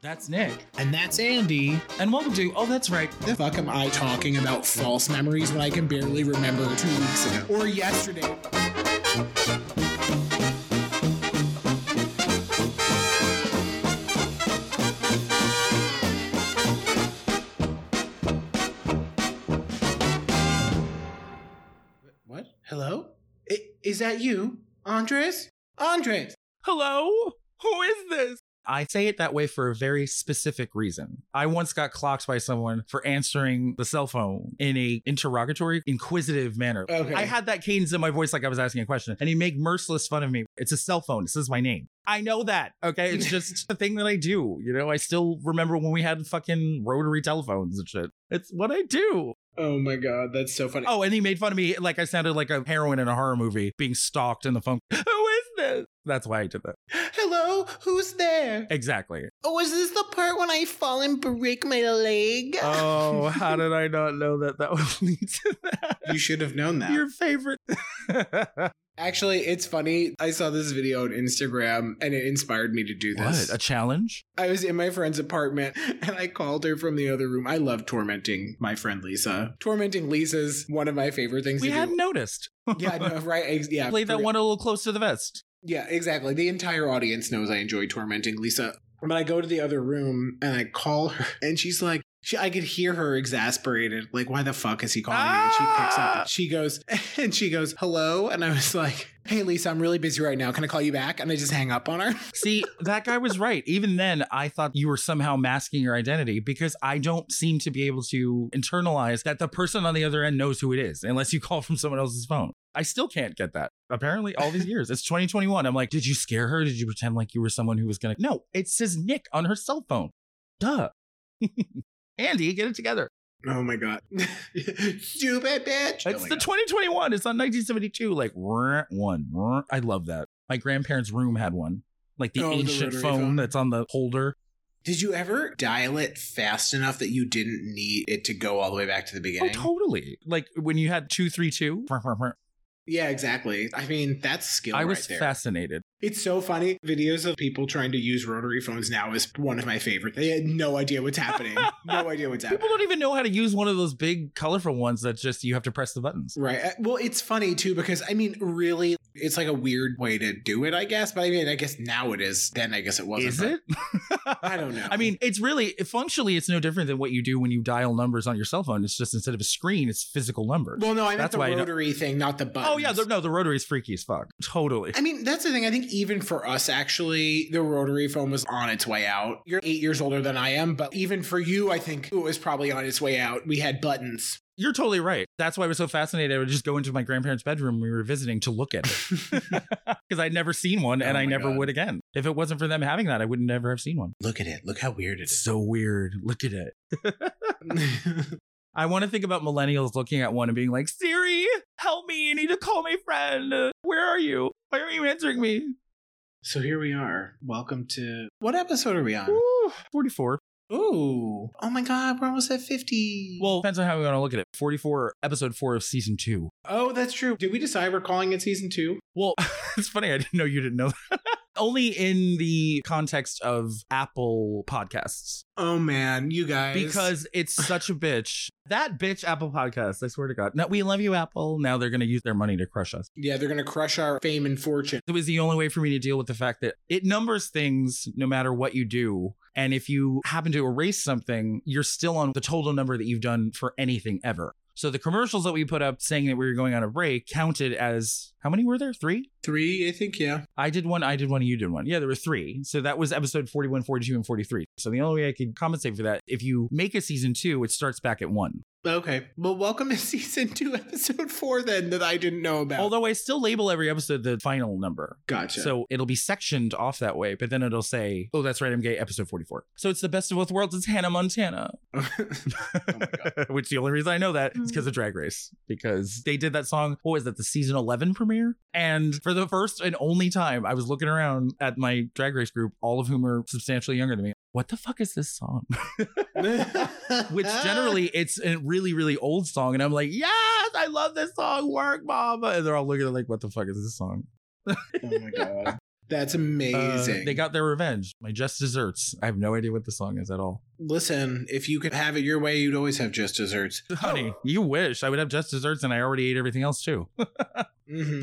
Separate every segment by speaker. Speaker 1: That's Nick.
Speaker 2: And that's Andy.
Speaker 1: And welcome to, oh, that's right.
Speaker 2: The fuck am I talking about false memories when I can barely remember two weeks ago or yesterday? What? Hello? I- is that you, Andres? Andres!
Speaker 1: Hello? Who is this? I say it that way for a very specific reason. I once got clocked by someone for answering the cell phone in a interrogatory, inquisitive manner.
Speaker 2: Okay.
Speaker 1: I had that cadence in my voice like I was asking a question, and he made merciless fun of me. It's a cell phone. It says my name. I know that. Okay. It's just the thing that I do. You know, I still remember when we had fucking rotary telephones and shit. It's what I do.
Speaker 2: Oh my god, that's so funny.
Speaker 1: Oh, and he made fun of me like I sounded like a heroine in a horror movie being stalked in the phone. Who is this? That's why I did that.
Speaker 2: Oh, Hello, who's there?
Speaker 1: Exactly.
Speaker 2: Oh, is this the part when I fall and break my leg?
Speaker 1: Oh, how did I not know that that would lead to that?
Speaker 2: you should have known that.
Speaker 1: Your favorite. what?
Speaker 2: Actually, it's funny. I saw this video on Instagram and it inspired me to do this.
Speaker 1: A challenge?
Speaker 2: I was in my friend's apartment and I called her from the other room. I love tormenting my friend Lisa. Tormenting Lisa's one of my favorite things
Speaker 1: We
Speaker 2: to
Speaker 1: hadn't
Speaker 2: do.
Speaker 1: noticed.
Speaker 2: yeah, no, right. ex- Yeah.
Speaker 1: Play that
Speaker 2: forget-
Speaker 1: one a little close to the vest.
Speaker 2: Yeah, exactly. The entire audience knows I enjoy tormenting Lisa. But I go to the other room and I call her, and she's like, she, I could hear her exasperated, like, why the fuck is he calling me? And she picks
Speaker 1: Ah!
Speaker 2: up. She goes, and she goes, hello. And I was like, hey, Lisa, I'm really busy right now. Can I call you back? And I just hang up on her.
Speaker 1: See, that guy was right. Even then, I thought you were somehow masking your identity because I don't seem to be able to internalize that the person on the other end knows who it is unless you call from someone else's phone. I still can't get that. Apparently, all these years, it's 2021. I'm like, did you scare her? Did you pretend like you were someone who was going to? No, it says Nick on her cell phone. Duh. Andy, get it together.
Speaker 2: Oh my God. Stupid bitch. Oh
Speaker 1: It's the 2021. It's on 1972. Like rrr, one. rrr. I love that. My grandparents' room had one, like the
Speaker 2: Oh, the
Speaker 1: ancient
Speaker 2: rotary
Speaker 1: phone,
Speaker 2: phone.
Speaker 1: that's on the holder.
Speaker 2: Did you ever dial it fast enough that you didn't need it to go all the way back to the
Speaker 1: Oh,
Speaker 2: beginning?
Speaker 1: totally. Like when you had two, three, two.
Speaker 2: yeah, exactly. I mean, that's skill
Speaker 1: I was
Speaker 2: right there.
Speaker 1: fascinated.
Speaker 2: It's so funny. Videos of people trying to use rotary phones now is one of my favorite. They had no idea what's happening. no idea what's
Speaker 1: People
Speaker 2: happening.
Speaker 1: don't even know how to use one of those big, colorful ones that just you have to press the buttons.
Speaker 2: Right. Uh, Well, it's funny too because I mean, really, it's like a weird way to do it, I guess. But I mean, I guess now it is. Then I guess it wasn't.
Speaker 1: Is
Speaker 2: but
Speaker 1: it?
Speaker 2: I don't know.
Speaker 1: I mean, it's really functionally, it's no different than what you do when you dial numbers on your cell phone. It's just instead of a screen, it's physical numbers.
Speaker 2: well, no, I meant
Speaker 1: That's
Speaker 2: the
Speaker 1: why I don't-
Speaker 2: rotary thing, not the button.
Speaker 1: oh yeah, the, no, the rotary is freaky as fuck. Totally.
Speaker 2: I mean, that's the thing. I think even for us, actually, the rotary phone was on its way out. You're eight years older than I am, but even for you, I think it was probably on its way out. We had buttons.
Speaker 1: You're totally right. That's why I was so fascinated. I would just go into my grandparents' bedroom when we were visiting to look at it because I'd never seen one, and
Speaker 2: Oh
Speaker 1: I
Speaker 2: my
Speaker 1: never
Speaker 2: God.
Speaker 1: would again. If it wasn't for them having that, I would never have seen one.
Speaker 2: Look at it. Look how weird it
Speaker 1: It's so weird. Look at it.
Speaker 2: is.
Speaker 1: I want to think about millennials looking at one and being like, Siri, help me. I need to call my friend. Uh, Where are you? Why aren't you answering me?
Speaker 2: So here we are. Welcome to what episode are we on?
Speaker 1: Ooh, 44.
Speaker 2: Ooh. Oh my god, we're almost at 50.
Speaker 1: Well, depends on how we want to look at it. 44, episode four of season two.
Speaker 2: oh, that's true. Did we decide we're calling it season 2?
Speaker 1: Well, it's funny. I didn't know you didn't know that. Only in the context of Apple podcasts
Speaker 2: Oh man, you guys.
Speaker 1: because it's such a bitch. That bitch, Apple Podcasts, I swear to God. No, we love you, Apple. Now they're going to use their money to crush us.
Speaker 2: yeah, they're going to crush our fame and fortune.
Speaker 1: it was the only way for me to deal with the fact that it numbers things no matter what you do. And if you happen to erase something, you're still on the total number that you've done for anything ever. So the commercials that we put up saying that we were going on a break counted as how many were there? Three?
Speaker 2: 3, I think, yeah.
Speaker 1: I did one, I did one, and you did one. Yeah, there were three. So that was episode 41, 42, and 43. So the only way I could compensate for that, if you make a season two, it starts back at one.
Speaker 2: Okay. Well, welcome to season 2 episode 4 then that I didn't know about.
Speaker 1: Although I still label every episode the final number.
Speaker 2: gotcha.
Speaker 1: So it'll be sectioned off that way, but then it'll say, oh, that's right, I'm gay, episode 44. So it's the best of both worlds. It's Hannah Montana.
Speaker 2: Oh my God.
Speaker 1: Which the only reason I know that is because of Drag Race, because they did that song, what was that, the season 11 premiere? And for the first and only time, I was looking around at my Drag Race group, all of whom are substantially younger than me. What the fuck is this song? Which
Speaker 2: Ah.
Speaker 1: generally it's a really, really old song. And I'm like, yes, I love this song. Work, mama. And they're all looking at like, what the fuck is this song?
Speaker 2: Oh my god. That's
Speaker 1: Uh,
Speaker 2: amazing.
Speaker 1: they got their revenge. My just desserts. I have no idea what the song is at all.
Speaker 2: Listen, if you could have it your way, you'd always have just desserts.
Speaker 1: Honey, you wish I would have just desserts, and I already ate everything else too.
Speaker 2: Mhm.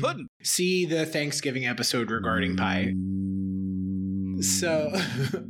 Speaker 1: Pudding
Speaker 2: See the Thanksgiving episode
Speaker 1: Mm.
Speaker 2: regarding pie.
Speaker 1: Mm-hmm.
Speaker 2: So-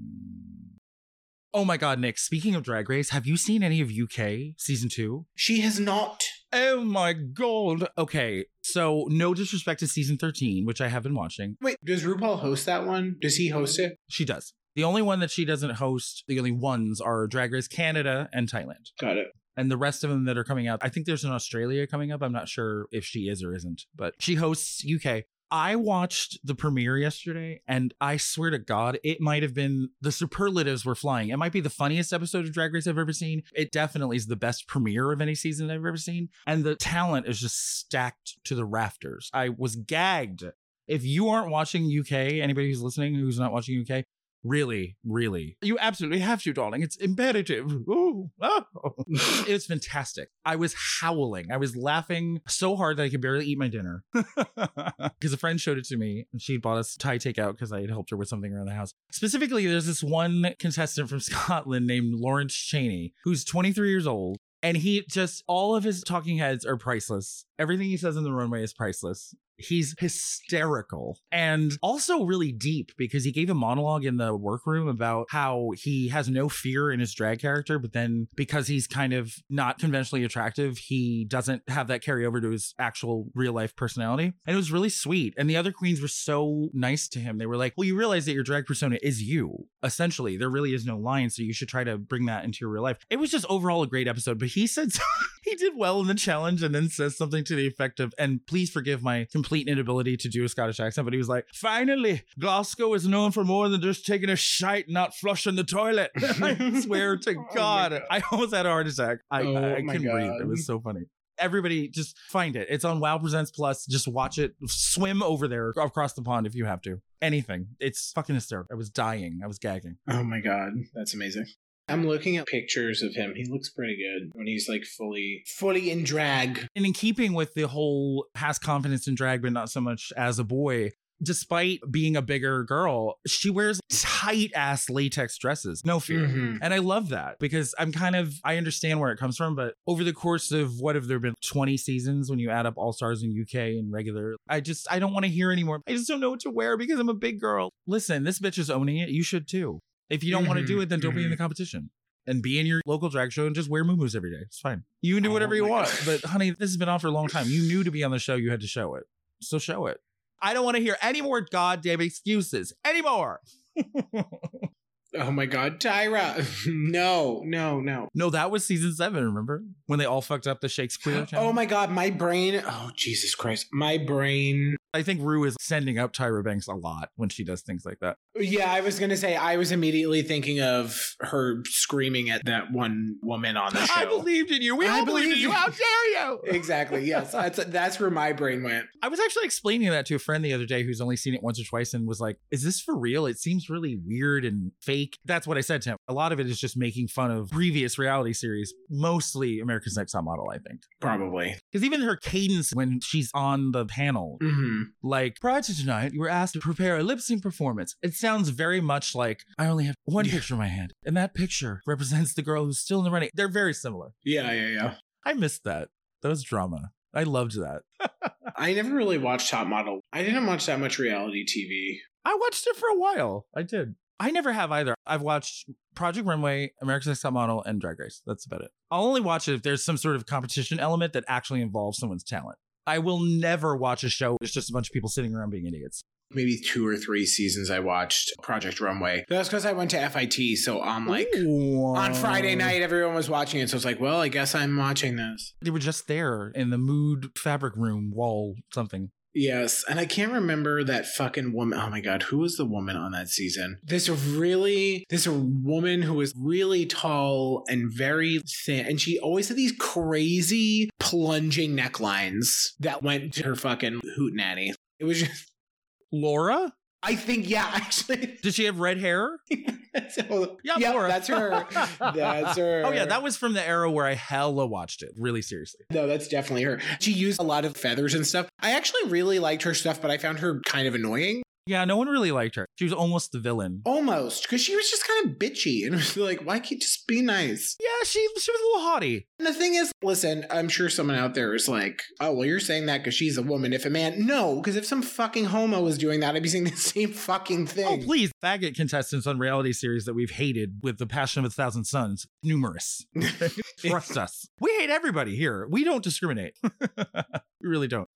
Speaker 1: oh my God, Nick! Speaking of Drag Race, have you seen any of UK season two?
Speaker 2: She has not.
Speaker 1: Oh my God! Okay, so no disrespect to season thirteen, which I have been watching.
Speaker 2: Wait, does RuPaul host that one? Does he host it?
Speaker 1: She does. The only one that she doesn't host, the only ones are Drag Race Canada and Thailand.
Speaker 2: Got it.
Speaker 1: and the rest of them that are coming out. I think there's an Australia coming up. I'm not sure if she is or isn't, but she hosts UK. I watched the premiere yesterday and I swear to God, it might have been the superlatives were flying. It might be the funniest episode of Drag Race I've ever seen. It definitely is the best premiere of any season I've ever seen. And the talent is just stacked to the rafters. I was gagged. If you aren't watching UK, anybody who's listening who's not watching UK, really, really, you absolutely have to, darling. It's imperative. Ooh, oh. It was fantastic. I was howling. I was laughing so hard that I could barely eat my dinner. Because a friend showed it to me and she bought us Thai takeout because I had helped her with something around the house. Specifically, there's this one contestant from Scotland named Lawrence Cheney, who's 23 years old. And he just, all of his talking heads are priceless. Everything he says in the runway is priceless. He's hysterical and also really deep because he gave a monologue in the workroom about how he has no fear in his drag character, but then because he's kind of not conventionally attractive, he doesn't have that carry over to his actual real life personality. And it was really sweet. And the other queens were so nice to him. They were like, Well, you realize that your drag persona is you. Essentially, there really is no line. So you should try to bring that into your real life. It was just overall a great episode, but he said he did well in the challenge and then says something to the effect of, and please forgive my complete inability to do a Scottish accent, but he was like, finally, Glasgow is known for more than just taking a shite, and not flushing the toilet. I swear to
Speaker 2: Oh my
Speaker 1: God,
Speaker 2: God.
Speaker 1: I almost had a heart attack. I,
Speaker 2: Oh
Speaker 1: I, I
Speaker 2: my
Speaker 1: couldn't breathe. It
Speaker 2: God.
Speaker 1: was so funny. Everybody, just find it. It's on Wow Presents Plus. Just watch it. Swim over there across the pond if you have to. Anything. It's fucking hysterical. I was dying. I was gagging.
Speaker 2: Oh my god, that's amazing. I'm looking at pictures of him. He looks pretty good when he's like fully fully in drag.
Speaker 1: and in keeping with the whole has confidence in drag but not so much as a boy despite being a bigger girl she wears tight ass latex dresses no fear
Speaker 2: Mm-hmm. Mm.
Speaker 1: and I love that because I'm kind of, I understand where it comes from, but over the course of what have there been 20 seasons when you add up All Stars in UK and regular, I just, I don't want to hear anymore. I just don't know what to wear because I'm a big girl. Listen, this bitch is owning it. You should too. If you don't want to
Speaker 2: Mhm,
Speaker 1: do it, then don't be in
Speaker 2: mhm.
Speaker 1: the competition and be in your local drag show and just wear muumuus every day. It's fine. You can do
Speaker 2: Oh
Speaker 1: whatever you
Speaker 2: my
Speaker 1: want,
Speaker 2: God.
Speaker 1: but honey, this has been on for a long time. You knew to be on the show, you had to show it. So show it. I don't want to hear any more goddamn excuses anymore.
Speaker 2: Oh my god, Tyra. no, no, no.
Speaker 1: No, that was season seven, remember? When they all fucked up the Shakespeare challenge.
Speaker 2: Oh my god, my brain. Oh Jesus Christ. My brain.
Speaker 1: I think Rue is sending up Tyra Banks a lot when she does things like that.
Speaker 2: Yeah, I was going to say I was immediately thinking of her screaming at that one woman on the show.
Speaker 1: I believed in you. We
Speaker 2: I
Speaker 1: all believed in
Speaker 2: believe
Speaker 1: you.
Speaker 2: you.
Speaker 1: How dare you?
Speaker 2: Exactly. Yes. That's that's where my brain went.
Speaker 1: I was actually explaining that to a friend the other day who's only seen it once or twice and was like, Is this for real? It seems really weird and fake. That's what I said to him. A lot of it is just making fun of previous reality series, mostly America's Next Top Model, I think.
Speaker 2: Probably.
Speaker 1: Because even her cadence when she's on the panel
Speaker 2: Mhm.
Speaker 1: Like prior to tonight, you were asked to prepare a lip sync performance. It sounds very much like I only have one
Speaker 2: Yeah.
Speaker 1: picture in my hand, and that picture represents the girl who's still in the running. They're very similar.
Speaker 2: Yeah, yeah, yeah.
Speaker 1: I missed that. That was drama. I loved that.
Speaker 2: I never really watched Top Model. I didn't watch that much reality TV.
Speaker 1: I watched it for a while. I did. I never have either. I've watched Project Runway, America's Next Top Model, and Drag Race. That's about it. I'll only watch it if there's some sort of competition element that actually involves someone's talent. I will never watch a show. It's just a bunch of people sitting around being idiots.
Speaker 2: Maybe two or three seasons I watched Project Runway. That's because I went to FIT, so I'm like on Friday
Speaker 1: Wow.
Speaker 2: night everyone was watching it, so it's like, well, I guess I'm watching this.
Speaker 1: They were just there in the mood fabric room wall something.
Speaker 2: Yes, and I can't remember that fucking woman. Oh my god, who was the woman on that season? This really, this woman who was really tall and very thin, and she always had these crazy plunging necklines that went to her fucking hoot nanny. It was just,
Speaker 1: Laura?
Speaker 2: I think, yeah, actually,
Speaker 1: Did she have red hair?
Speaker 2: that's, all-
Speaker 1: Yeah,
Speaker 2: Yep,
Speaker 1: Laura.
Speaker 2: that's her. That's her.
Speaker 1: Oh yeah, that was from the era where I hella watched it really seriously.
Speaker 2: No, that's definitely her. She used a lot of feathers and stuff. I actually really liked her stuff, but I found her kind of annoying.
Speaker 1: Yeah, no one really liked her. She was almost the villain.
Speaker 2: Almost, because she was just kind of bitchy and was like, why can't you just be nice?
Speaker 1: Yeah, she she was a little haughty.
Speaker 2: And the thing is, listen, I'm sure someone out there is like, oh, well, you're saying that because she's a woman. If a man, no, because if some fucking homo was doing that, I'd be saying the same fucking thing.
Speaker 1: Oh, please, faggot contestants on reality series that we've hated with the Passion of a Thousand Suns, numerous. Trust us. We hate everybody here. We don't discriminate. we really don't.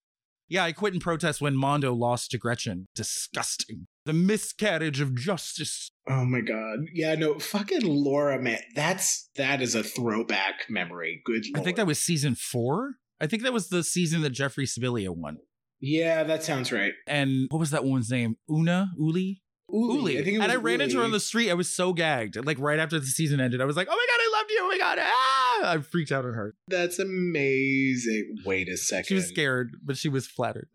Speaker 1: Yeah, I quit in protest when Mondo lost to Gretchen. Disgusting. The miscarriage of justice.
Speaker 2: oh my god. Yeah, no, fucking Laura, man. That's that is a throwback memory. Good
Speaker 1: I
Speaker 2: lord.
Speaker 1: think that was season four. I think that was the season that Jeffrey Sibilia won.
Speaker 2: Yeah, that sounds right.
Speaker 1: And what was that woman's name? Una? Uli?
Speaker 2: Uli.
Speaker 1: Uli.
Speaker 2: it
Speaker 1: and
Speaker 2: was
Speaker 1: I ran into her on
Speaker 2: Uli.
Speaker 1: the street. I was so gagged. Like right after the season ended, I was like, oh my God, I loved you. Oh my God. Ah! I freaked out on her.
Speaker 2: That's amazing. Wait a second.
Speaker 1: She was scared, but she was flattered.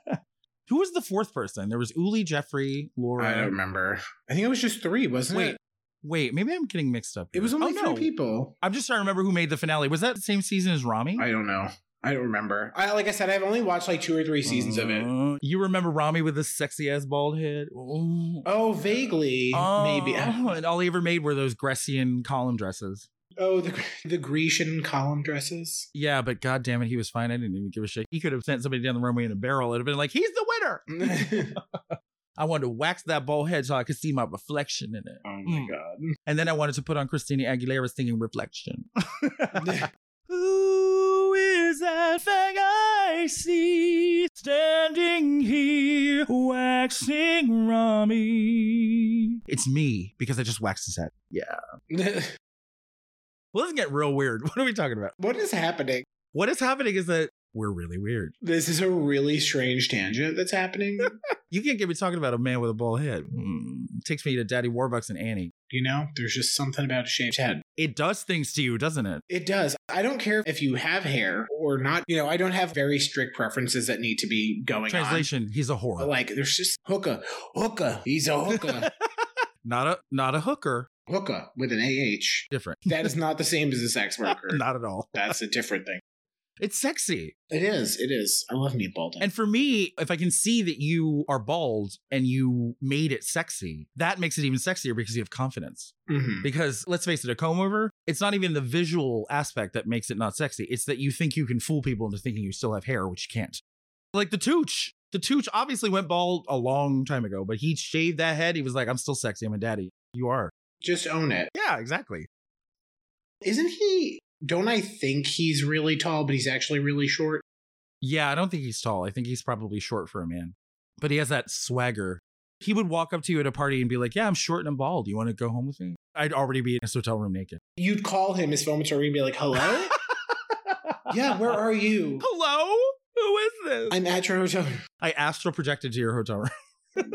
Speaker 1: Who was the fourth person? There was Uli, Jeffrey,
Speaker 2: I don't
Speaker 1: Laura.
Speaker 2: remember. I think it was just three, wasn't
Speaker 1: Wait,
Speaker 2: it?
Speaker 1: wait, maybe I'm getting mixed up.
Speaker 2: It was
Speaker 1: here.
Speaker 2: only
Speaker 1: Oh,
Speaker 2: three
Speaker 1: no.
Speaker 2: people.
Speaker 1: I'm just trying to remember who made the finale. Was that the same season as Rami?
Speaker 2: I don't know. I don't remember. I like I said, I've only watched like two or three seasons of it.
Speaker 1: Uh, You remember Rami with his sexy ass bald head? Oh,
Speaker 2: Oh, vaguely, maybe.
Speaker 1: And all he ever made were those Grecian column dresses.
Speaker 2: Oh, the the Grecian column dresses.
Speaker 1: Yeah, but god damn it, he was fine. I didn't even give a shit. He could have sent somebody down the runway in a barrel. It'd have been like, he's the winner.
Speaker 2: oh
Speaker 1: I wanted to wax that bald head so I could see my reflection in it.
Speaker 2: my
Speaker 1: Mm.
Speaker 2: god.
Speaker 1: And then I wanted to put on Christina Aguilera singing Reflection. Who is that thing I see standing here waxing Rami? It's me because I just waxed his head. Yeah. Well, this is getting real weird. What are we talking about?
Speaker 2: what is happening?
Speaker 1: What is happening is that we're really weird.
Speaker 2: This is a really strange tangent that's happening.
Speaker 1: You can't get me talking about a man with a bald head. Hmm. Takes me to Daddy Warbucks and Annie.
Speaker 2: you know, there's just something about a shaved head.
Speaker 1: It does things to you, doesn't it?
Speaker 2: It does. I don't care if you have hair or not. You know, I don't have very strict preferences that need to be going on.
Speaker 1: Translation: He's a
Speaker 2: But
Speaker 1: whore,
Speaker 2: like, there's just hookah, hookah. He's a hookah,
Speaker 1: not a not a hooker.
Speaker 2: hookah with an AH.
Speaker 1: Different.
Speaker 2: That is not the same as a sex worker.
Speaker 1: not at all.
Speaker 2: That's a different thing.
Speaker 1: It's sexy.
Speaker 2: It is. It is. I love me balding.
Speaker 1: And for me, if I can see that you are bald and you made it sexy, that makes it even sexier because you have confidence.
Speaker 2: Mhm.
Speaker 1: Because let's face it, a comb over, it's not even the visual aspect that makes it not sexy. It's that you think you can fool people into thinking you still have hair, which you can't. Like the Tooch. The Tooch obviously went bald a long time ago, but he shaved that head. He was like, I'm still sexy. I'm a daddy. You are.
Speaker 2: Just own it.
Speaker 1: Yeah, exactly.
Speaker 2: Isn't he? Don't I think he's really tall, but he's actually really short?
Speaker 1: Yeah, I don't think he's tall. I think he's probably short for a man, but he has that swagger. He would walk up to you at a party and be like, Yeah, I'm short and I'm bald. You want to go home with me? I'd already be in his hotel room naked.
Speaker 2: You'd call him his phone attorney and be like, "Hello, yeah, where are you?
Speaker 1: Hello? Who is this?
Speaker 2: I'm at your hotel."
Speaker 1: I astral projected to your hotel room.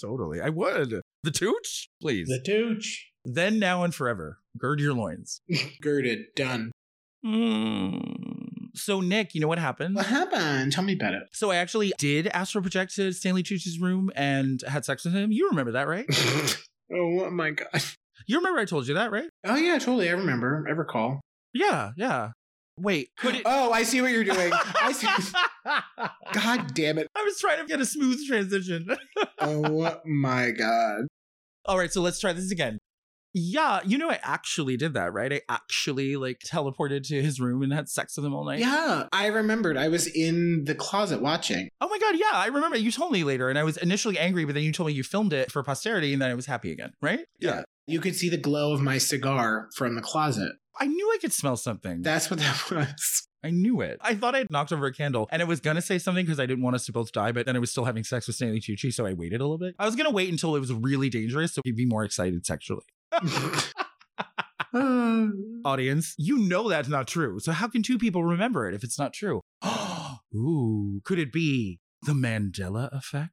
Speaker 1: totally. I would. The tooch? Please.
Speaker 2: The douche.
Speaker 1: then, now, and forever. Gird your loins.
Speaker 2: Girded. Done.
Speaker 1: Hmm. So, Nick, you know what happened?
Speaker 2: What happened? Tell me about
Speaker 1: So, I actually did astral project to Stanley Tucci's room and had sex with him. You remember that, right?
Speaker 2: it. oh my god.
Speaker 1: you remember I told you that, right?
Speaker 2: Oh yeah, totally. I remember. I recall.
Speaker 1: Yeah, yeah. Wait, could it?
Speaker 2: Oh, I see what you're doing. I see.
Speaker 1: I
Speaker 2: God damn it.
Speaker 1: was trying to get a smooth transition.
Speaker 2: Oh my god.
Speaker 1: All right, so let's try this again. Yeah, you know I actually did that, right? I actually like teleported to his room and had sex with him all night.
Speaker 2: Yeah, I remembered. I was in the closet watching.
Speaker 1: Oh my god, yeah, I remember. You told me later, and I was initially angry, but then you told me you filmed it for posterity, and then I was happy again, right?
Speaker 2: You could see the glow of my cigar from the closet.
Speaker 1: I knew I could smell something.
Speaker 2: That's what that was.
Speaker 1: I knew it. I thought I'd knocked over a candle and I was going to say something because I didn't want us to both die, but then I was still having sex with Stanley Tucci, so I waited a little bit. I was going to wait until it was really dangerous so he'd be more excited sexually. Audience, you know that's not true. So how can two people remember it if it's not true? Ooh, could it be the Mandela effect?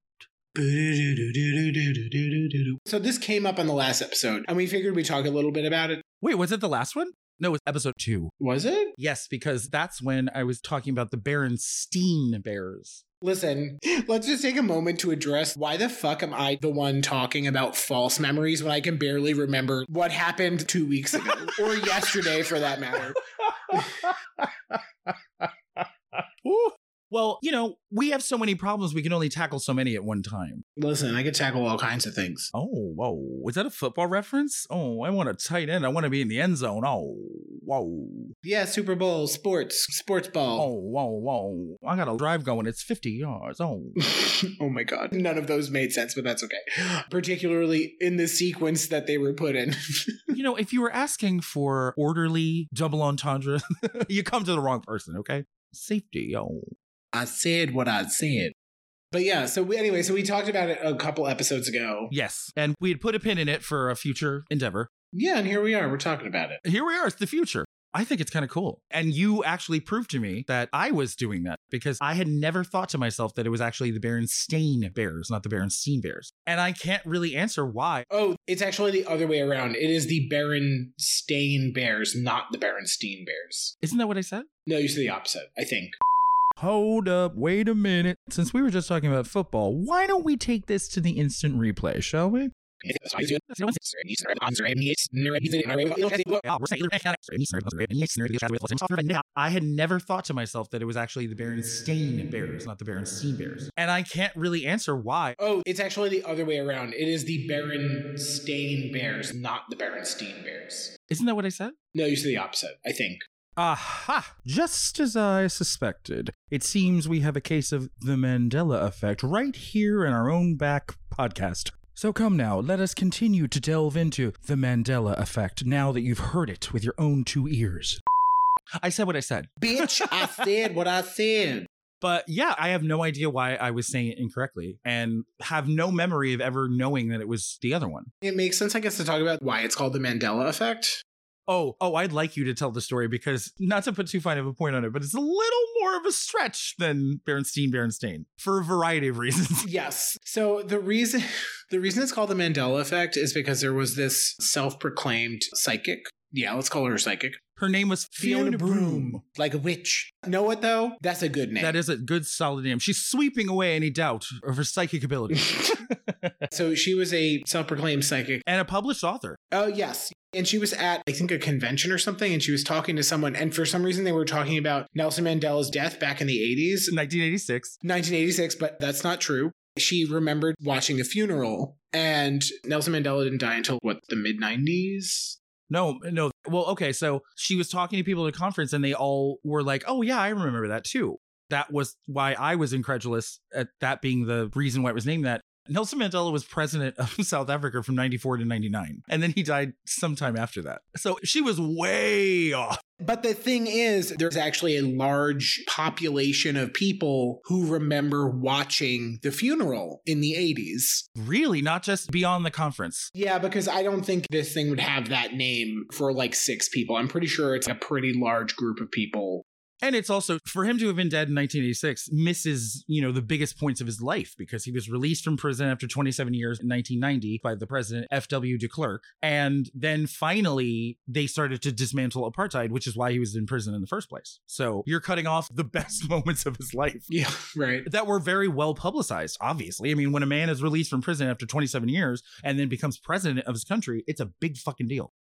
Speaker 2: so this came up on the last episode, and we figured we'd talk a little bit about it.
Speaker 1: Wait, was it the last one? No, it was episode two.
Speaker 2: Was it?
Speaker 1: Yes, because that's when I was talking about the Berenstein Bears.
Speaker 2: Listen, let's just take a moment to address why the fuck am I the one talking about false memories when I can barely remember what happened two weeks ago or yesterday for that matter?
Speaker 1: Ooh. well, you know, we have so many problems, we can only tackle so many at one time.
Speaker 2: Listen, I could tackle all kinds of things.
Speaker 1: Oh, whoa. Was that a football reference? Oh, I want a tight end. I want to be in the end zone. Oh, whoa.
Speaker 2: Yeah, Super Bowl, sports, sports
Speaker 1: Oh,
Speaker 2: ball.
Speaker 1: whoa, whoa. I got a drive going. It's 50 yards. Oh.
Speaker 2: oh my god. None of those made sense, but that's okay. Particularly in the sequence that they were put in.
Speaker 1: you know, if you were asking for orderly double entendre, you come to the wrong person, okay? Safety. Oh.
Speaker 2: I said what I said. But yeah, so we, anyway, so we talked about it a couple episodes ago.
Speaker 1: Yes. And we had put a pin in it for a future endeavor.
Speaker 2: Yeah, and here we are. We're talking about it.
Speaker 1: Here we are. It's the future. I think it's kind of cool. And you actually proved to me that I was doing that because I had never thought to myself that it was actually the Berenstain Bears, not the Berenstein Bears. And I can't really answer why.
Speaker 2: Oh, it's actually the other way around. It is the Berenstain Bears, not the Berenstein Bears.
Speaker 1: Isn't that what I said?
Speaker 2: No, you said the opposite, I think.
Speaker 1: Hold up, wait a minute. Since we were just talking about football, why don't we take this to the instant replay, shall we? I had never thought to myself that it was actually the Berenstain Bears, not the Berenstein Bears. And I can't really answer why.
Speaker 2: Oh, it's actually the other way around. It is the Berenstain Bears, not the Berenstein Bears.
Speaker 1: Isn't that what I said?
Speaker 2: No, you said the opposite, I think.
Speaker 1: Aha! Just as I suspected, it seems we have a case of the Mandela effect right here in our own back podcast. So come now, let us continue to delve into the Mandela effect now that you've heard it with your own two ears. I said what I said.
Speaker 2: Bitch, I said what I said.
Speaker 1: But yeah, I have no idea why I was saying it incorrectly and have no memory of ever knowing that it was the other one.
Speaker 2: It makes sense, I guess, to talk about why it's called the Mandela effect.
Speaker 1: Oh, oh, I'd like you to tell the story because not to put too fine of a point on it, but it's a little more of a stretch than Berenstein Berenstein for a variety of reasons.
Speaker 2: Yes. So the reason the reason it's called the Mandela effect is because there was this self-proclaimed psychic. Yeah, let's call her a psychic.
Speaker 1: Her name was Fiona, Broom.
Speaker 2: Like a witch. Know what though? That's a good name.
Speaker 1: That is a good solid name. She's sweeping away any doubt of her psychic ability
Speaker 2: so she was a self-proclaimed psychic.
Speaker 1: and a published author.
Speaker 2: Oh yes. And she was at, I think, a convention or something, and she was talking to someone, and for some reason they were talking about Nelson Mandela's death back in the 80s,
Speaker 1: It's 1986.
Speaker 2: 1986, but that's not true. She remembered watching a funeral, and Nelson Mandela didn't die until what, the mid 90s?
Speaker 1: No, eh, no. Well, okay. So she was talking to people at a conference and they all were like, oh, yeah, I remember that too. That was why I was incredulous at that being the reason why it was named that. Nelson Mandela was president of South Africa from 94 to 99. And then he died sometime after that. So she was way off.
Speaker 2: But the thing is, there's actually a large population of people who remember watching the funeral in the 80s.
Speaker 1: Really, not just beyond the conference.
Speaker 2: Yeah, because I don't think this thing would have that name for like six people. I'm pretty sure it's a pretty large group of people.
Speaker 1: And it's also for him to have been dead in 1986 misses, you know, the biggest points of his life because he was released from prison after 27 years in 1990 by the president F.W. de Klerk. And then finally they started to dismantle apartheid, which is why he was in prison in the first place. So you're cutting off the best moments of his life
Speaker 2: Yeah, right.
Speaker 1: that were very well publicized, obviously. I mean, when a man is released from prison after 27 years and then becomes president of his country, it's a big fucking deal.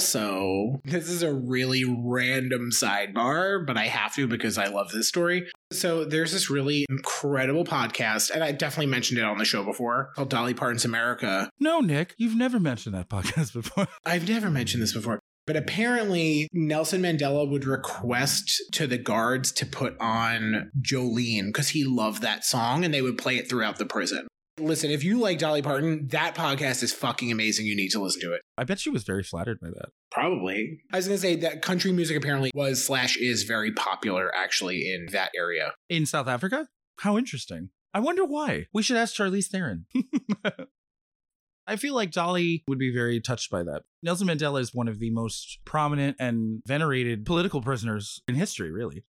Speaker 2: Also, this is a really random sidebar, but I have to because I love this story. So, there's this really incredible podcast, and I definitely mentioned it on the show before called Dolly Parton's America.
Speaker 1: No, Nick, you've never mentioned that podcast before.
Speaker 2: I've never mentioned this before. But apparently, Nelson Mandela would request to the guards to put on Jolene because he loved that song and they would play it throughout the prison. Listen, if you like Dolly Parton, that podcast is fucking amazing. You need to listen to it.
Speaker 1: I bet she was very flattered by that.
Speaker 2: Probably. I was going to say that country music apparently was slash is very popular actually in that area.
Speaker 1: in South Africa? How interesting. I wonder why. We should ask Charlize Theron. I feel like Dolly would be very touched by that. Nelson Mandela is one of the most prominent and venerated political prisoners in history, really.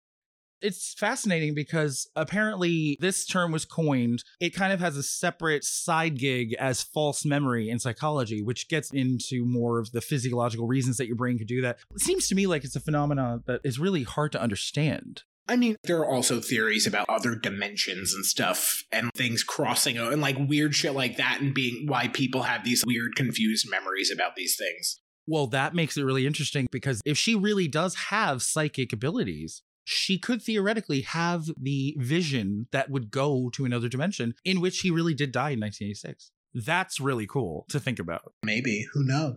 Speaker 1: It's fascinating because apparently this term was coined. It kind of has a separate side gig as false memory in psychology, which gets into more of the physiological reasons that your brain could do that. It seems to me like it's a phenomenon that is really hard to understand.
Speaker 2: I mean, there are also theories about other dimensions and stuff and things crossing over and like weird shit like that and being why people have these weird confused memories about these things.
Speaker 1: Well, that makes it really interesting because if she really does have psychic abilities, she could theoretically have the vision that would go to another dimension in which he really did die in 1986. That's really cool to think about.
Speaker 2: Maybe. Who knows?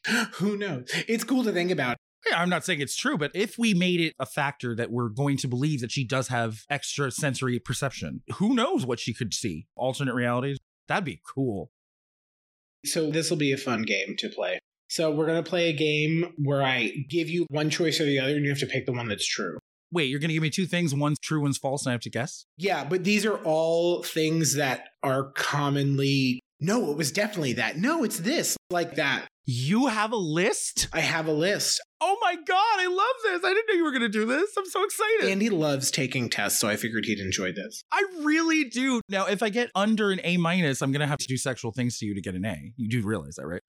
Speaker 2: Who knows? It's cool to think about.
Speaker 1: Yeah, I'm not saying it's true, but if we made it a factor that we're going to believe that she does have extrasensory perception, who knows what she could see? Alternate realities? That'd be cool.
Speaker 2: So, this will be a fun game to play. So, we're going to play a game where I give you one choice or the other, and you have to pick the one that's true.
Speaker 1: Wait, you're going to give me two things one's true, one's false, and I have to guess?
Speaker 2: Yeah, but these are all things that are commonly. No, it was definitely that. No, it's this, like that.
Speaker 1: You have a list?
Speaker 2: I have a list.
Speaker 1: Oh my God, I love this. I didn't know you were going to do this. I'm so excited.
Speaker 2: Andy loves taking tests, so I figured he'd enjoy this.
Speaker 1: I really do. Now, if I get under an A minus, I'm going to have to do sexual things to you to get an A. You do realize that, right?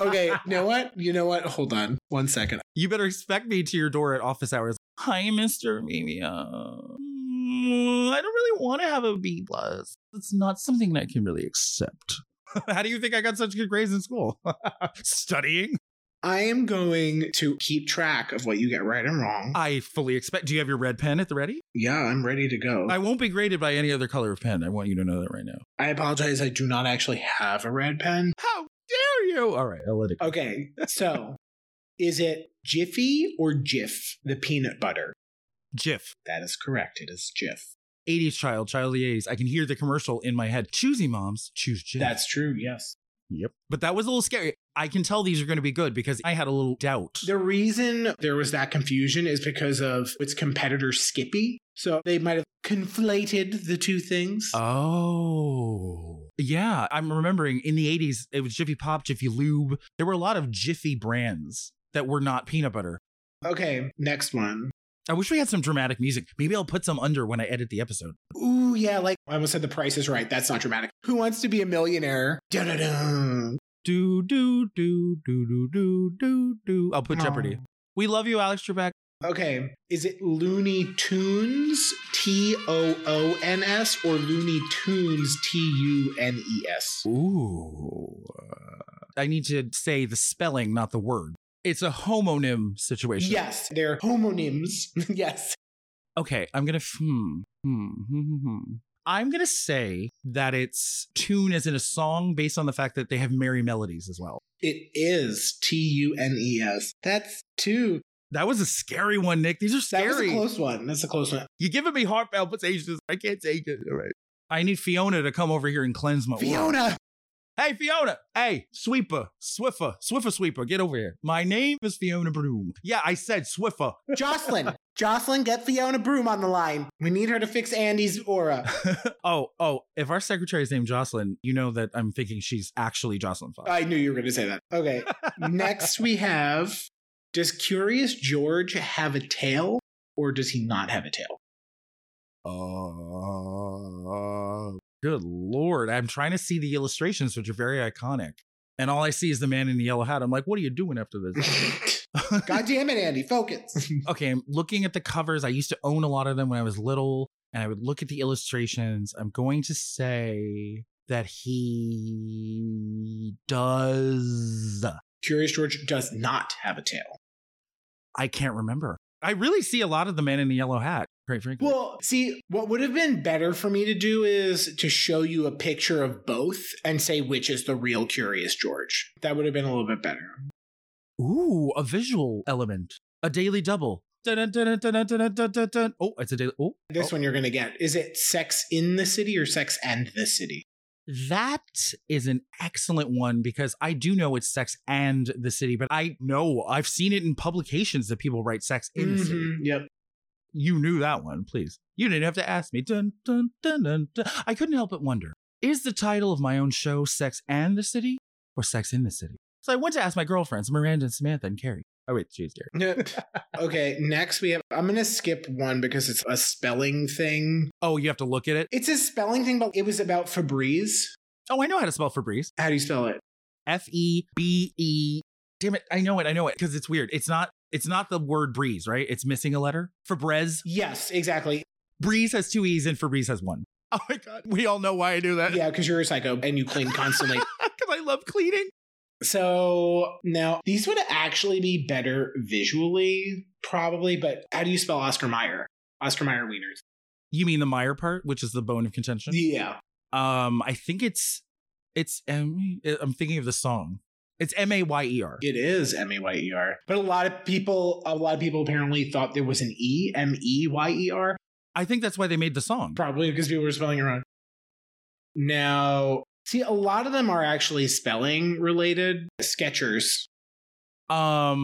Speaker 2: Okay, you know what? You know what? Hold on one second.
Speaker 1: You better expect me to your door at office hours. Hi, Mr. Mimia. Mm, I don't really want to have a B plus. It's not something that I can really accept. How do you think I got such good grades in school? Studying?
Speaker 2: I am going to keep track of what you get right and wrong.
Speaker 1: I fully expect. Do you have your red pen at the ready?
Speaker 2: yeah, I'm ready to go.
Speaker 1: I won't be graded by any other color of pen. I want you to know that right now.
Speaker 2: I apologize. I do not actually have a red pen.
Speaker 1: How dare you? All right, I'll let it go.
Speaker 2: Okay, so is it Jiffy or Jif, the peanut butter?
Speaker 1: Jif.
Speaker 2: That is correct. It is Jif.
Speaker 1: 80s child, child of the 80s. I can hear the commercial in my head. Choosy moms, choose Jif.
Speaker 2: That's true. Yes.
Speaker 1: Yep. But that was a little scary. I can tell these are going to be good because I had a little doubt.
Speaker 2: The reason there was that confusion is because of its competitor Skippy. So they might have conflated the two things.
Speaker 1: Oh. Yeah, I'm remembering in the 80s, it was Jiffy Pop, Jiffy Lube. There were a lot of Jiffy brands that were not peanut butter.
Speaker 2: okay, next one.
Speaker 1: I wish we had some dramatic music. Maybe I'll put some under when I edit the episode.
Speaker 2: Ooh, yeah, like I almost said the price is right. That's not dramatic. Who wants to be a millionaire? Dun-dun-dun.
Speaker 1: Do, do, do, do, do, do, do, do. I'll put Jeopardy. We love you, Alex Trebek.
Speaker 2: Oh. Okay, is it Looney Tunes, T O O N S, or Looney Tunes, T U N E S?
Speaker 1: Ooh. uh, I need to say the spelling, not the word. It's a homonym situation.
Speaker 2: Yes, they're homonyms. yes.
Speaker 1: Okay, I'm gonna. Hmm. Hmm. hmm, hmm, hmm. I'm gonna say that it's tune as in a song based on the fact that they have merry melodies as well.
Speaker 2: It is T U N E S. That's two.
Speaker 1: That was a scary one, Nick. These are
Speaker 2: That was a
Speaker 1: scary.
Speaker 2: close one. That's a close one.
Speaker 1: You're giving me heart palpitations. I can't take it. All right. I need Fiona to come over here and cleanse my world.
Speaker 2: Fiona.
Speaker 1: Hey, Fiona. Hey, sweeper, swiffer, swiffer, sweeper. Get over here. My name is Fiona Broom. Yeah, I said swiffer.
Speaker 2: Jocelyn. Jocelyn, get Fiona Broom on the line. We need her to fix Andy's aura.
Speaker 1: oh, oh, if our secretary is named Jocelyn, you know that I'm thinking she's actually Jocelyn Fox.
Speaker 2: I knew you were going to say that. Okay. Next, we have Does Curious George have a tail or does he not have a tail?
Speaker 1: Oh, good lord! I'm trying to see the illustrations, which are very iconic, and all I see is the man in the yellow hat. I'm like, what are you doing after this?
Speaker 2: God damn it, Andy. Focus.
Speaker 1: okay, I'm looking at the covers. I used to own a lot of them when I was little, and I would look at the illustrations. I'm going to say that he does.
Speaker 2: Curious George does not have a tail.
Speaker 1: I can't remember. I really see a lot of the man in the yellow hat. Great, frankly.
Speaker 2: Well, see, what would have been better for me to do is to show you a picture of both and say which is the real Curious George. That would have been a little bit better.
Speaker 1: Ooh, a visual element. A daily double. Dun, dun, dun, dun, dun, dun, dun, dun, dun. Oh, it's a daily. Oh,
Speaker 2: This one you're going to get. Is it sex in the city or sex and the city?
Speaker 1: that is an excellent one because I do know it's sex and the city, but I know I've seen it in publications that people write sex in the city.
Speaker 2: Mhm, Yep.
Speaker 1: You knew that one, please. You didn't have to ask me. Dun, dun, dun, dun, dun. I couldn't help but wonder is the title of my own show Sex and the City or Sex in the City? So I went to ask my girlfriends, Miranda and Samantha and Carrie. Oh, wait, she's Carrie.
Speaker 2: Yep. okay, next we have. I'm going to skip one because it's a spelling thing.
Speaker 1: Oh, you have to look at it.
Speaker 2: It's a spelling thing, but it was about Febreze.
Speaker 1: Oh, I know how to spell Febreze.
Speaker 2: How do you spell it?
Speaker 1: F E B E. Damn it, I know it, I know it, because it's weird. It's not. It's not the word breeze, right? It's missing a letter. Febreze.
Speaker 2: Yes, exactly.
Speaker 1: Breeze has two E's and Febreze has one. Oh my God. We all know why I do that.
Speaker 2: Yeah, because you're a psycho and you clean constantly.
Speaker 1: Because I love cleaning.
Speaker 2: So now these would actually be better visually, probably, but how do you spell Oscar Meyer? Oscar Meyer wieners.
Speaker 1: You mean the Meyer part, which is the bone of contention?
Speaker 2: Yeah.
Speaker 1: Um, I think it's it's M. E, I'm thinking of the song. It's M A Y E R.
Speaker 2: It is M A Y E R. But a lot of people a lot of people apparently thought there was an E, M E Y E R.
Speaker 1: I think that's why they made the song.
Speaker 2: Probably because people were spelling it wrong. Now, see, a lot of them are actually spelling related. Sketchers.
Speaker 1: Um,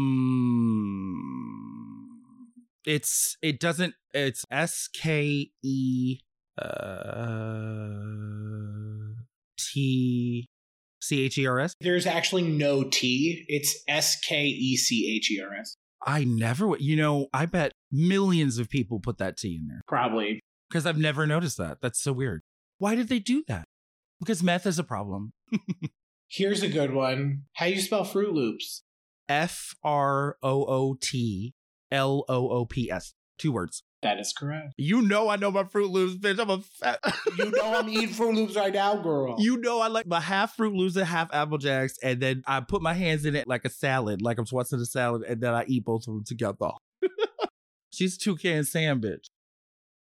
Speaker 1: it's it doesn't. It's S K E uh, T C H E R S.
Speaker 2: There's actually no T. It's S K E C H E R S.
Speaker 1: I never would. You know, I bet millions of people put that T in there
Speaker 2: Probably.
Speaker 1: because I've never noticed that. That's so weird. Why did they do that? Because meth is a problem.
Speaker 2: Here's a good one. How you spell Fruit Loops?
Speaker 1: F R O O T L O O P S. Two words.
Speaker 2: That is correct.
Speaker 1: You know I know my Fruit Loops, bitch. I'm a fat.
Speaker 2: You know I'm eating Fruit Loops right now, girl.
Speaker 1: You know I like my half Fruit Loops and half Apple Jacks, and then I put my hands in it like a salad, like I'm swatching a salad, and then I eat both of them together. She's two can Sam, bitch.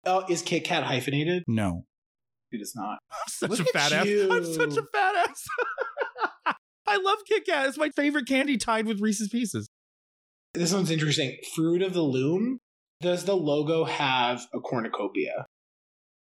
Speaker 2: oh, is Kit Kat hyphenated?
Speaker 1: No,
Speaker 2: It is not.
Speaker 1: I'm such
Speaker 2: Look
Speaker 1: a
Speaker 2: at
Speaker 1: fat ass. I'm
Speaker 2: you.
Speaker 1: such a fat ass. I love Kit Kat. It's my favorite candy, tied with Reese's Pieces.
Speaker 2: This one's interesting. Fruit of the Loom. Does the logo have a cornucopia?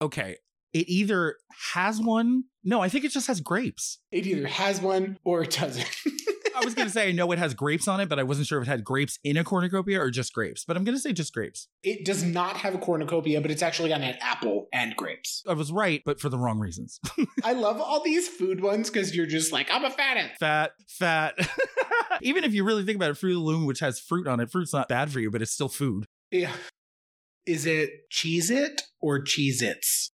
Speaker 1: Okay, it either has one. No, I think it just has grapes.
Speaker 2: It either has one or it doesn't.
Speaker 1: I was gonna say I know it has grapes on it, but I wasn't sure if it had grapes in a cornucopia or just grapes. But I'm gonna say just grapes.
Speaker 2: it does not have a cornucopia, but it's actually got an apple and grapes.
Speaker 1: I was right, but for the wrong reasons.
Speaker 2: I love all these food ones because you're just like, I'm a fathead.
Speaker 1: fat, fat. Even if you really think about it, Fruit of the Loom, which has fruit on it, fruit's not bad for you, but it's still food.
Speaker 2: Yeah. Is it Cheese It or Cheese Its?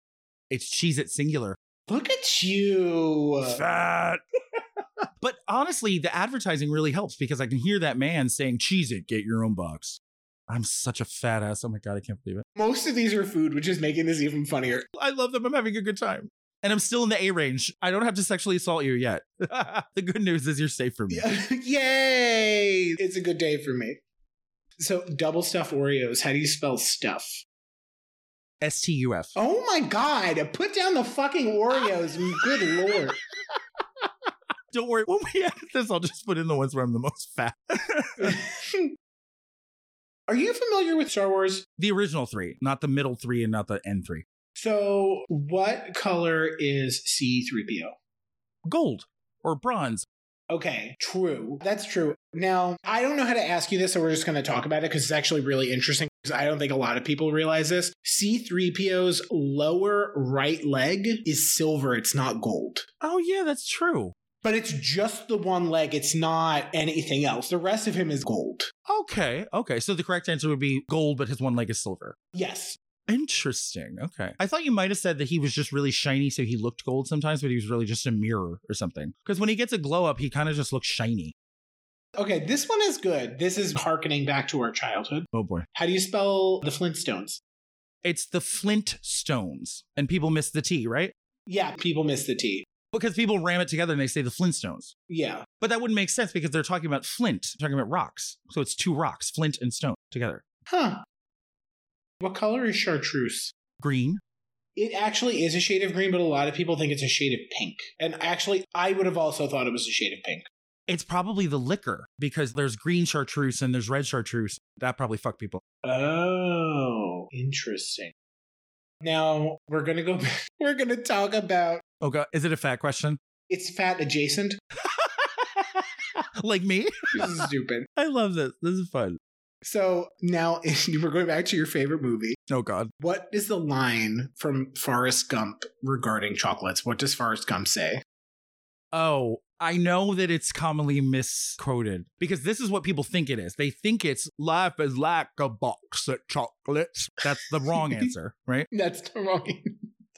Speaker 1: It's cheese at singular.
Speaker 2: Look at you.
Speaker 1: Fat. but honestly, the advertising really helps because I can hear that man saying, Cheese it, get your own box. I'm such a fat ass. Oh my God, I can't believe it.
Speaker 2: Most of these are food, which is making this even funnier.
Speaker 1: I love them. I'm having a good time. And I'm still in the A range. I don't have to sexually assault you yet. the good news is you're safe from me.
Speaker 2: Yay! It's a good day for me. So, double stuff Oreos. How do you spell stuff?
Speaker 1: S T U F.
Speaker 2: Oh my god, put down the fucking Oreos. Good lord.
Speaker 1: Don't worry. When we edit this, I'll just put in the ones where I'm the most fat.
Speaker 2: Are you familiar with Star Wars?
Speaker 1: the original three, not the middle three and not the end three.
Speaker 2: So, what color is C3PO?
Speaker 1: Gold or bronze.
Speaker 2: Okay, true. That's true. Now, I don't know how to ask you this, so we're just going to talk about it because it's actually really interesting. 'cause I don't think a lot of people realize this. C3PO's lower right leg is silver, it's not gold.
Speaker 1: Oh, yeah, that's true.
Speaker 2: But it's just the one leg, it's not anything else. The rest of him is gold.
Speaker 1: Okay. Okay. So the correct answer would be gold, but his one leg is silver.
Speaker 2: Yes.
Speaker 1: Interesting. Okay. I thought you might have said that he was just really shiny, so he looked gold sometimes, but he was really just a mirror or something. Because when he gets a glow up, he kind of just looks shiny.
Speaker 2: Okay, this one is good. This is harkening back to our childhood.
Speaker 1: Oh, boy.
Speaker 2: How do you spell the Flintstones?
Speaker 1: It's the Flint Stones. And people miss the T, right?
Speaker 2: Yeah, people miss the T.
Speaker 1: Because people ram it together and they say the Flintstones.
Speaker 2: Yeah.
Speaker 1: But that wouldn't make sense because they're talking about Flint, talking about rocks. So it's two rocks, Flint and Stone together.
Speaker 2: Huh. What color is chartreuse?
Speaker 1: Green.
Speaker 2: It actually is a shade of green, but a lot of people think it's a shade of pink. And actually, I would have also thought it was a shade of pink.
Speaker 1: It's probably the liquor because there's green chartreuse and there's red chartreuse. That probably fucked people.
Speaker 2: Oh, interesting. Now we're gonna go. back- We're gonna talk about
Speaker 1: Oh god, is it a fat question?
Speaker 2: it's fat adjacent.
Speaker 1: like me?
Speaker 2: This is stupid.
Speaker 1: I love this. This is fun.
Speaker 2: So now we're going back to your favorite movie.
Speaker 1: Oh god.
Speaker 2: What is the line from Forrest Gump regarding chocolates? What does Forrest Gump say?
Speaker 1: Oh, I know that it's commonly misquoted because this is what people think it is. They think it's life is like a box of chocolates. That's the wrong answer, right?
Speaker 2: That's the wrong.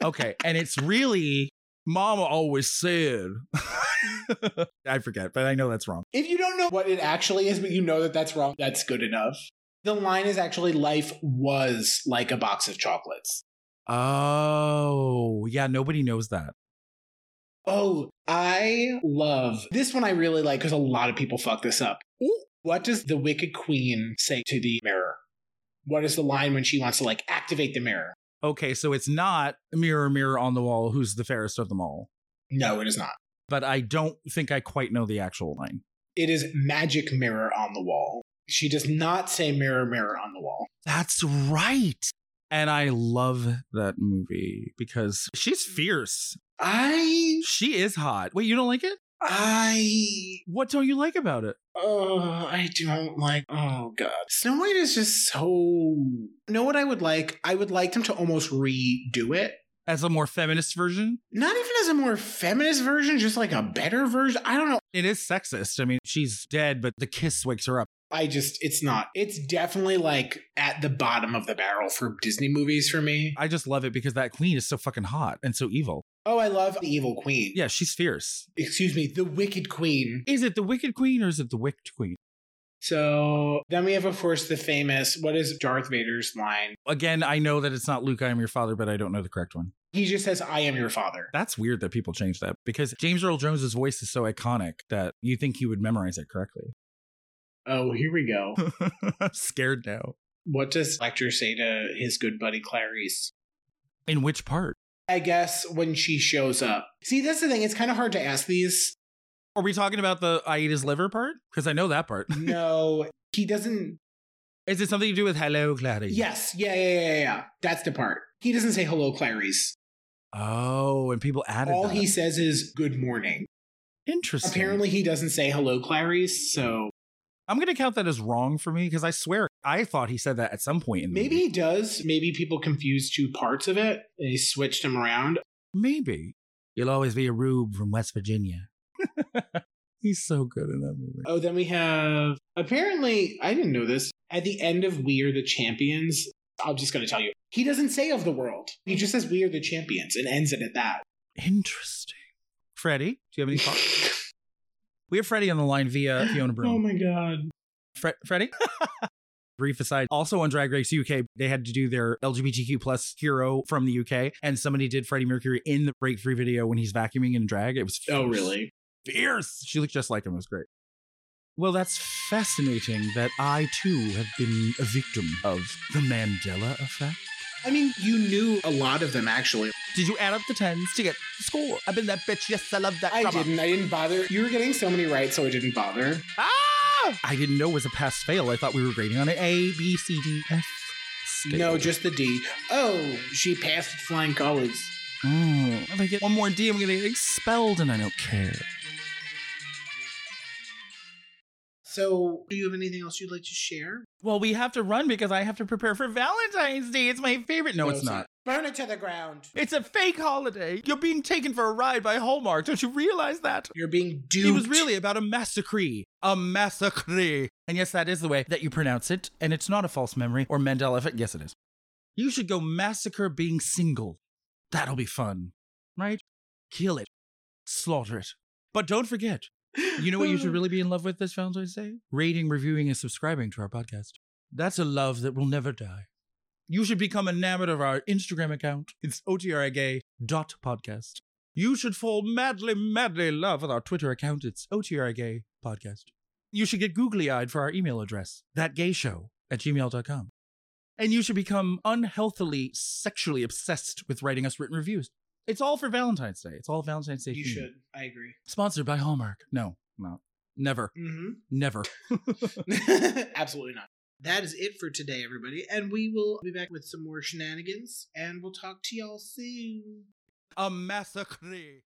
Speaker 1: Okay. And it's really mama always said. I forget, but I know that's wrong.
Speaker 2: If you don't know what it actually is, but you know that that's wrong, that's good enough. The line is actually life was like a box of chocolates.
Speaker 1: Oh, yeah, nobody knows that.
Speaker 2: Oh, I love this one. I really like because a lot of people fuck this up. What does the Wicked Queen say to the mirror? What is the line when she wants to like activate the mirror?
Speaker 1: Okay, so it's not mirror, mirror on the wall, who's the fairest of them all.
Speaker 2: No, it is not.
Speaker 1: But I don't think I quite know the actual line.
Speaker 2: It is magic mirror on the wall. She does not say mirror, mirror on the wall.
Speaker 1: That's right. And I love that movie because she's fierce.
Speaker 2: I,
Speaker 1: She is hot. Wait, you don't like it?
Speaker 2: I,
Speaker 1: What don't you like about it?
Speaker 2: oh, I don't like, oh God. Snow White is just so. Know what I would like? I would like them to almost redo it.
Speaker 1: As a more feminist version,
Speaker 2: Not even as a more feminist version, just like a better version. I don't know.
Speaker 1: it is sexist. I mean, she's dead, but the kiss wakes her up.
Speaker 2: I just, it's not. It's definitely like at the bottom of the barrel for Disney movies for me.
Speaker 1: I just love it because that queen is so fucking hot and so evil.
Speaker 2: Oh, I love the evil queen.
Speaker 1: Yeah, she's fierce.
Speaker 2: Excuse me, the wicked queen.
Speaker 1: Is it the Wicked Queen or is it the Wicked Queen?
Speaker 2: So then we have, of course, the famous what is Darth Vader's line?
Speaker 1: Again, I know that it's not Luke, I am your father, but I don't know the correct one.
Speaker 2: He just says, I am your father.
Speaker 1: That's weird that people change that because James Earl Jones' voice is so iconic that you think he would memorize it correctly.
Speaker 2: Oh, here we go.
Speaker 1: I'm scared now.
Speaker 2: what does Lecter say to his good buddy Clarice?
Speaker 1: In which part?
Speaker 2: I guess when she shows up. See, that's the thing. It's kind of hard to ask these.
Speaker 1: Are we talking about the I ate his liver part? Because I know that part.
Speaker 2: No, he doesn't.
Speaker 1: Is it something to do with hello, Gladys?
Speaker 2: Yes. Yeah, yeah, yeah, yeah, yeah. That's the part. He doesn't say hello, Clarice.
Speaker 1: Oh, and people added
Speaker 2: All
Speaker 1: that.
Speaker 2: he says is good morning.
Speaker 1: Interesting.
Speaker 2: Apparently, he doesn't say hello, Clarice. So
Speaker 1: I'm going to count that as wrong for me because I swear I thought he said that at some point in the
Speaker 2: Maybe
Speaker 1: movie.
Speaker 2: he does. Maybe people confuse two parts of it and he switched them around.
Speaker 1: Maybe. You'll always be a rube from West Virginia. He's so good in that movie.
Speaker 2: Oh, then we have apparently, I didn't know this. At the end of We Are the Champions, I'm just going to tell you, he doesn't say of the world. He just says We Are the Champions and ends it at that.
Speaker 1: Interesting. Freddie, do you have any thoughts? we have Freddie on the line via Fiona
Speaker 2: Oh
Speaker 1: Broom.
Speaker 2: my God.
Speaker 1: Fre- Freddie? Brief aside, also on Drag Race UK, they had to do their LGBTQ plus hero from the UK, and somebody did Freddie Mercury in the Breakthrough video when he's vacuuming in drag. It was
Speaker 2: Oh,
Speaker 1: fierce.
Speaker 2: really?
Speaker 1: fierce. She looked just like him. It was great. Well, that's fascinating that I too have been a victim of the Mandela effect.
Speaker 2: I mean, you knew a lot of them actually.
Speaker 1: Did you add up the tens to get the score? I've been that bitch. Yes, I love that.
Speaker 2: I
Speaker 1: drama.
Speaker 2: didn't. I didn't bother. You were getting so many right, so I didn't bother.
Speaker 1: Ah! I didn't know it was a pass fail. I thought we were grading on an A, B, C, D, F. scale.
Speaker 2: No, just the D. Oh, she passed flying colors.
Speaker 1: Mm, if I get one more D, I'm gonna get expelled, and I don't care.
Speaker 2: So, do you have anything else you'd like to share?
Speaker 1: Well, we have to run because I have to prepare for Valentine's Day. It's my favorite. No, it's not.
Speaker 2: Burn it to the ground.
Speaker 1: It's a fake holiday. You're being taken for a ride by Hallmark. Don't you realize that?
Speaker 2: You're being duped.
Speaker 1: It was really about a massacre. A massacre. And yes, that is the way that you pronounce it. And it's not a false memory or Mandela effect. Yes, it is. You should go massacre being single. That'll be fun, right? Kill it, slaughter it. But don't forget, you know what you should really be in love with this Valentine's Day? Rating, reviewing, and subscribing to our podcast. That's a love that will never die. You should become enamored of our Instagram account. It's otragay.podcast. You should fall madly, madly in love with our Twitter account. It's otragay podcast. You should get googly eyed for our email address, thatgayshow at gmail.com. And you should become unhealthily sexually obsessed with writing us written reviews. It's all for Valentine's Day. It's all Valentine's Day.
Speaker 2: You
Speaker 1: themed.
Speaker 2: should. I agree.
Speaker 1: Sponsored by Hallmark. No, no. Never,
Speaker 2: Mm-hmm.
Speaker 1: never.
Speaker 2: Absolutely not. That is it for today, everybody. And we will be back with some more shenanigans. And we'll talk to y'all soon.
Speaker 1: A massacre.